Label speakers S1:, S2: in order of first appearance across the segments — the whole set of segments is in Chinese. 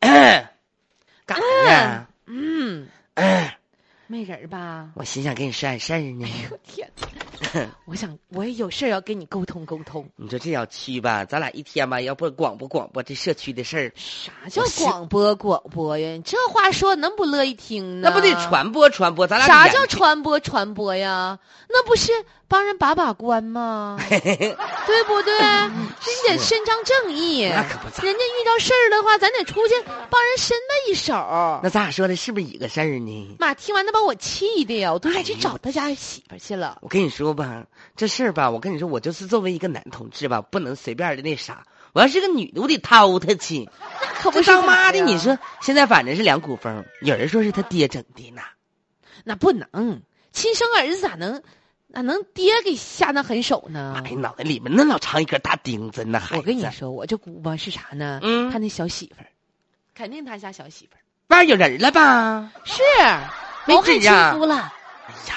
S1: 啊嗯哎人 吧？
S2: 我心想跟你晒晒呢。
S1: 我天，我想我也有事儿要跟你沟通沟通。
S2: 你说这小区吧，咱俩一天吧，要不广播广播这社区的事儿，
S1: 啥叫广播广播呀？你这话说能不乐意听呢？
S2: 那不得传播传播？咱俩
S1: 啥
S2: 演
S1: 叫传播传播呀？那不是帮人把把关 吗？对不对？你
S2: 是
S1: 得伸张正义。
S2: 那可不咋。
S1: 人家遇到事儿的话，咱得出去帮人伸那一手。
S2: 那咱俩说的是不是一个事儿呢？
S1: 妈，听完都把我气的呀！我都该去找他家媳妇儿去了。
S2: 我跟你说吧，这事儿吧，我跟你说，我就是作为一个男同志吧，不能随便的那啥。我要是个女的，我得掏他去。
S1: 可不
S2: 这
S1: 是
S2: 当妈的，
S1: 咋呀
S2: 你说现在反正是两股风，有人说是他爹整的呢。
S1: 那不能，亲生儿子咋能哪能爹给下那狠手呢？
S2: 哎，脑袋里面那老长一根大钉子呢，孩
S1: 啊我跟你
S2: 子
S1: 说，我这姑吧是啥呢？
S2: 嗯
S1: 他那小媳妇儿，肯定他家小媳妇儿
S2: 外边有人了吧？
S1: 是
S2: 没
S1: 谋害
S2: 指
S1: 亲
S2: 呀
S1: 夫了。
S2: 哎呀，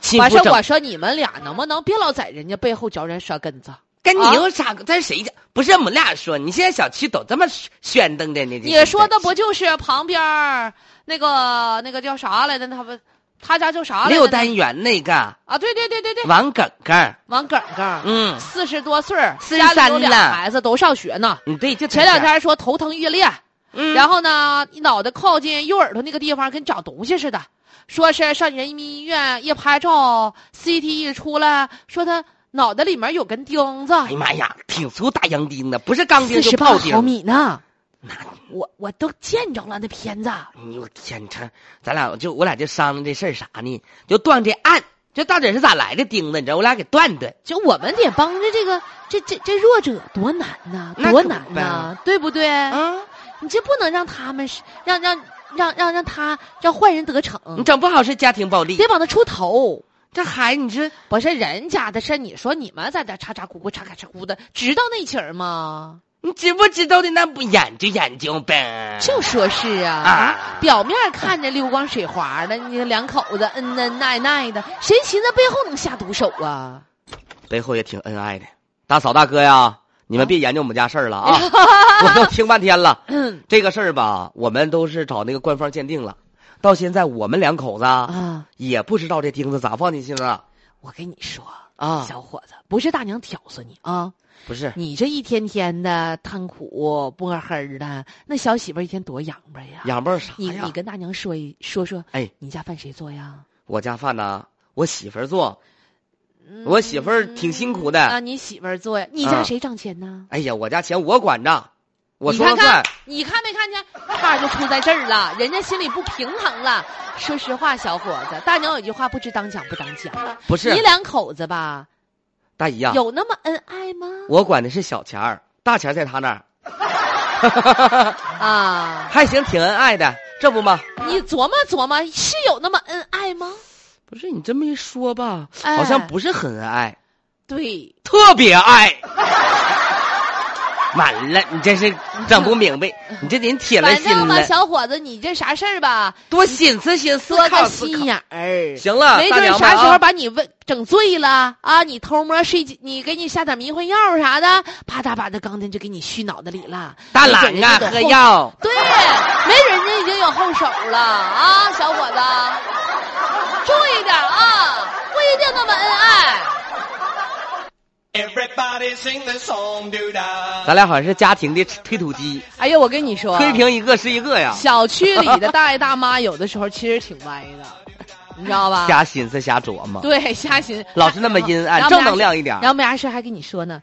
S2: 亲
S1: 完
S2: 夫
S1: 事儿
S2: 整
S1: 我说你们俩能不能别老在人家背后嚼人舌根子？
S2: 跟你
S1: 啊
S2: 有啥？咱谁家？不是我们俩说，你现在小区都这么喧登着呢。这
S1: 你
S2: 现
S1: 说
S2: 在
S1: 的不就是旁边儿那个那个叫啥来着？他不，他家叫啥来着？
S2: 六单元那个
S1: 啊，对对对对对，
S2: 王耿耿，
S1: 王耿耿，
S2: 嗯，
S1: 四十多岁儿，
S2: 43
S1: 家里有
S2: 了
S1: 俩孩子都上学呢。
S2: 你对，就他
S1: 前两
S2: 家，
S1: 天说头疼欲裂，
S2: 嗯，
S1: 然后呢，脑袋靠近右耳朵那个地方跟长东西似的，说是上人民医院一拍照，CT 一出来，说他脑袋里面有根钉子，
S2: 哎呀妈呀，挺粗大洋钉子，不是钢钉就
S1: 四十
S2: 炮
S1: 八
S2: 钉
S1: 毫。米呢。
S2: 那
S1: 我我都见着了那片子，
S2: 你我天，你看咱俩就我俩就商量这事儿啥呢？就断这案，这到底是咋来的钉子？你知道我俩给断断。
S1: 就我们得帮着这个这这这弱者多难呐、
S2: 那
S1: 多
S2: 可
S1: 难
S2: 不呗
S1: 呐、对不对？
S2: 啊，
S1: 你这不能让他们是让让让让让他让坏人得逞，
S2: 你整不好是家庭暴力。
S1: 得帮他出头。
S2: 这孩子，你说
S1: 不是人家的事儿，你说你们在这儿叉叉咕咕、叉叉叉咕的，知道内情儿吗？
S2: 你知不知道的？那不研究研究呗。
S1: 就说是啊，
S2: 哎啊
S1: 表面看着溜光水滑的，你两口子嗯恩恩爱爱的，谁寻思背后能下毒手啊？
S2: 背后也挺恩爱的。大嫂大哥呀，你们别研究我们家事儿了 啊！我都听半天了，这个事儿吧，我们都是找那个官方鉴定了，到现在我们两口子啊
S1: 啊！
S2: 也不知道这钉子咋放进去的
S1: 我跟你说，
S2: 啊。
S1: 小伙子，不是大娘挑唆你啊，
S2: 不是，
S1: 你这一天天的贪苦摸黑儿的，那小媳妇儿一天多洋巴呀！
S2: 养不啥
S1: 你
S2: 哎呀
S1: 你？跟大娘说一说说，
S2: 哎，
S1: 你家饭谁做呀？
S2: 我家饭呢，我媳妇儿做，我媳妇儿挺辛苦的
S1: 啊，你媳妇儿做呀？你家谁挣钱呢？
S2: 哎呀，我家钱我管着，我
S1: 你
S2: 说了
S1: 看看
S2: 算。
S1: 你看没看见？岔儿就出在这儿了，人家心里不平衡了。说实话，小伙子，大娘有句话不知当讲不当讲，
S2: 不是啊
S1: 你两口子吧，
S2: 大姨呀，
S1: 有那么恩爱吗？
S2: 我管的是小钱儿，大钱儿在她那儿，
S1: 啊，
S2: 还行，挺恩爱的，这不吗？
S1: 你琢磨琢磨，是有那么恩爱吗？
S2: 不是你这么一说吧，
S1: 哎
S2: 好像不是很恩爱，
S1: 对，
S2: 特别 爱。完了，你真是整不明白，你这人铁了
S1: 反
S2: 心
S1: 正吧，
S2: 了，
S1: 小伙子，你这啥事儿吧，
S2: 多心思心思
S1: 多
S2: 考
S1: 个
S2: 思考
S1: 心。眼儿。
S2: 行了，
S1: 没
S2: 大
S1: 准
S2: 娘们
S1: 啥时
S2: 啊
S1: 候把你问整醉了啊！你偷摸睡觉，你给你下点迷魂药啥的，啪嗒把这钢筋就给你续脑袋里了。
S2: 大
S1: 没准
S2: 郎
S1: 人
S2: 啊
S1: 家都
S2: 喝
S1: 后
S2: 药，
S1: 对，没准人家已经有后手了啊，小伙子，注意点啊，不一定那么恩爱。
S3: Everybody sing the song, do da.
S2: 咱俩好像是家庭的推土机，
S1: 哎呀，我跟你说，
S2: 推平一个是一个呀。
S1: 小区里的大爷大妈有的时候其实挺歪的，你知道吧？
S2: 瞎心思瞎琢磨，
S1: 啊对，瞎寻，
S2: 老是那么阴暗
S1: 然，后
S2: 正能。量一点
S1: 然后。然后没啥事还跟你说呢，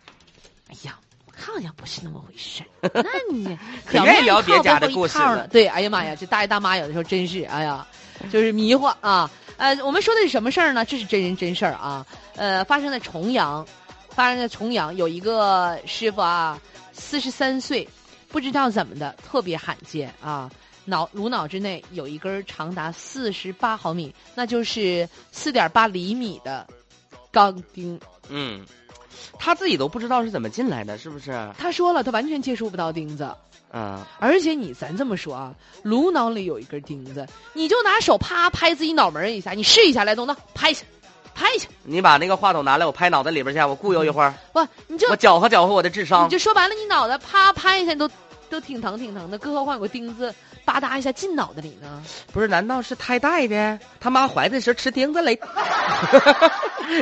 S1: 哎呀。我看好像不是那么回事儿， 那你
S2: 可
S1: 表
S2: 愿
S1: 面
S2: 意聊别
S1: 靠
S2: 家
S1: 背
S2: 的
S1: 后一
S2: 故事
S1: 套
S2: 了
S1: 呢对，哎呀妈呀，这大爷大妈有的时候真是，哎呀，就是迷惑啊。呃，我们说的是什么事儿呢？这是真人真事儿啊。呃，发生在重阳，发生在重阳，有一个师傅啊，四十三岁，不知道怎么的，特别罕见啊。脑颅脑之内有一根长达四十八毫米，那就是四点八厘米的钢钉。
S2: 嗯，他自己都不知道是怎么进来的，是不是？
S1: 他说了，他完全接触不到钉子，
S2: 嗯，
S1: 而且你咱这么说啊，颅脑里有一根钉子，你就拿手啪拍自己脑门儿一下，你试一下，来东东拍一下，拍一下，
S2: 你把那个话筒拿来，我拍脑袋里边去，我固悠一会儿，
S1: 不，你就
S2: 我搅和搅和我的智
S1: 你
S2: 商。
S1: 就说白了，你脑袋啪拍一下你都都挺疼挺疼的，更何况有个钉子吧嗒一下进脑袋里 呢？
S2: 不是？难道是胎带的？他妈怀的时候吃钉子嘞？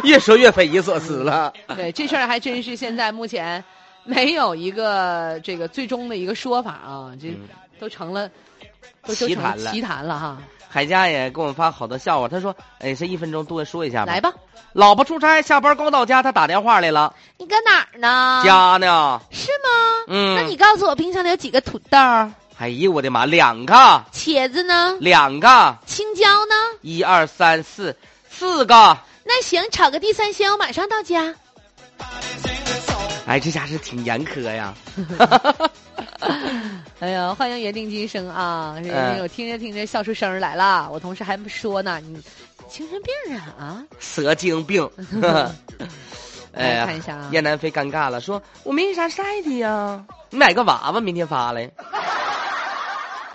S2: 越说越匪夷所思了。
S1: 对，这事儿还真是现在目前没有一个这个最终的一个说法啊，这
S2: 嗯
S1: 都成了都都
S2: 奇
S1: 成了
S2: 谈了
S1: 奇谈了哈。
S2: 海佳也给我们发好多笑话，他说：“哎，这一分钟多说一下吧。”
S1: 来吧，
S2: 老婆出差，下班刚到家，他打电话来了，
S1: 你搁哪儿呢？
S2: 家呢？
S1: 是吗？
S2: 嗯，
S1: 那你告诉我冰箱里有几个土豆儿？
S2: 哎呦我的妈，两个，
S1: 茄子呢？
S2: 两个，
S1: 青椒呢？
S2: 一二三四，四个。
S1: 那行，炒个地三鲜，我马上到家。
S2: 哎，这家是挺严苛 呀。
S1: 哎呀，欢迎园丁今生啊！这
S2: 嗯
S1: 我听着听着笑出声儿来了。我同事还说呢，你精神病啊啊！
S2: 蛇精病。 哎呀
S1: 看一下啊
S2: 啊燕南飞尴尬了，说：“我没啥晒的呀，你买个娃娃，明天发来。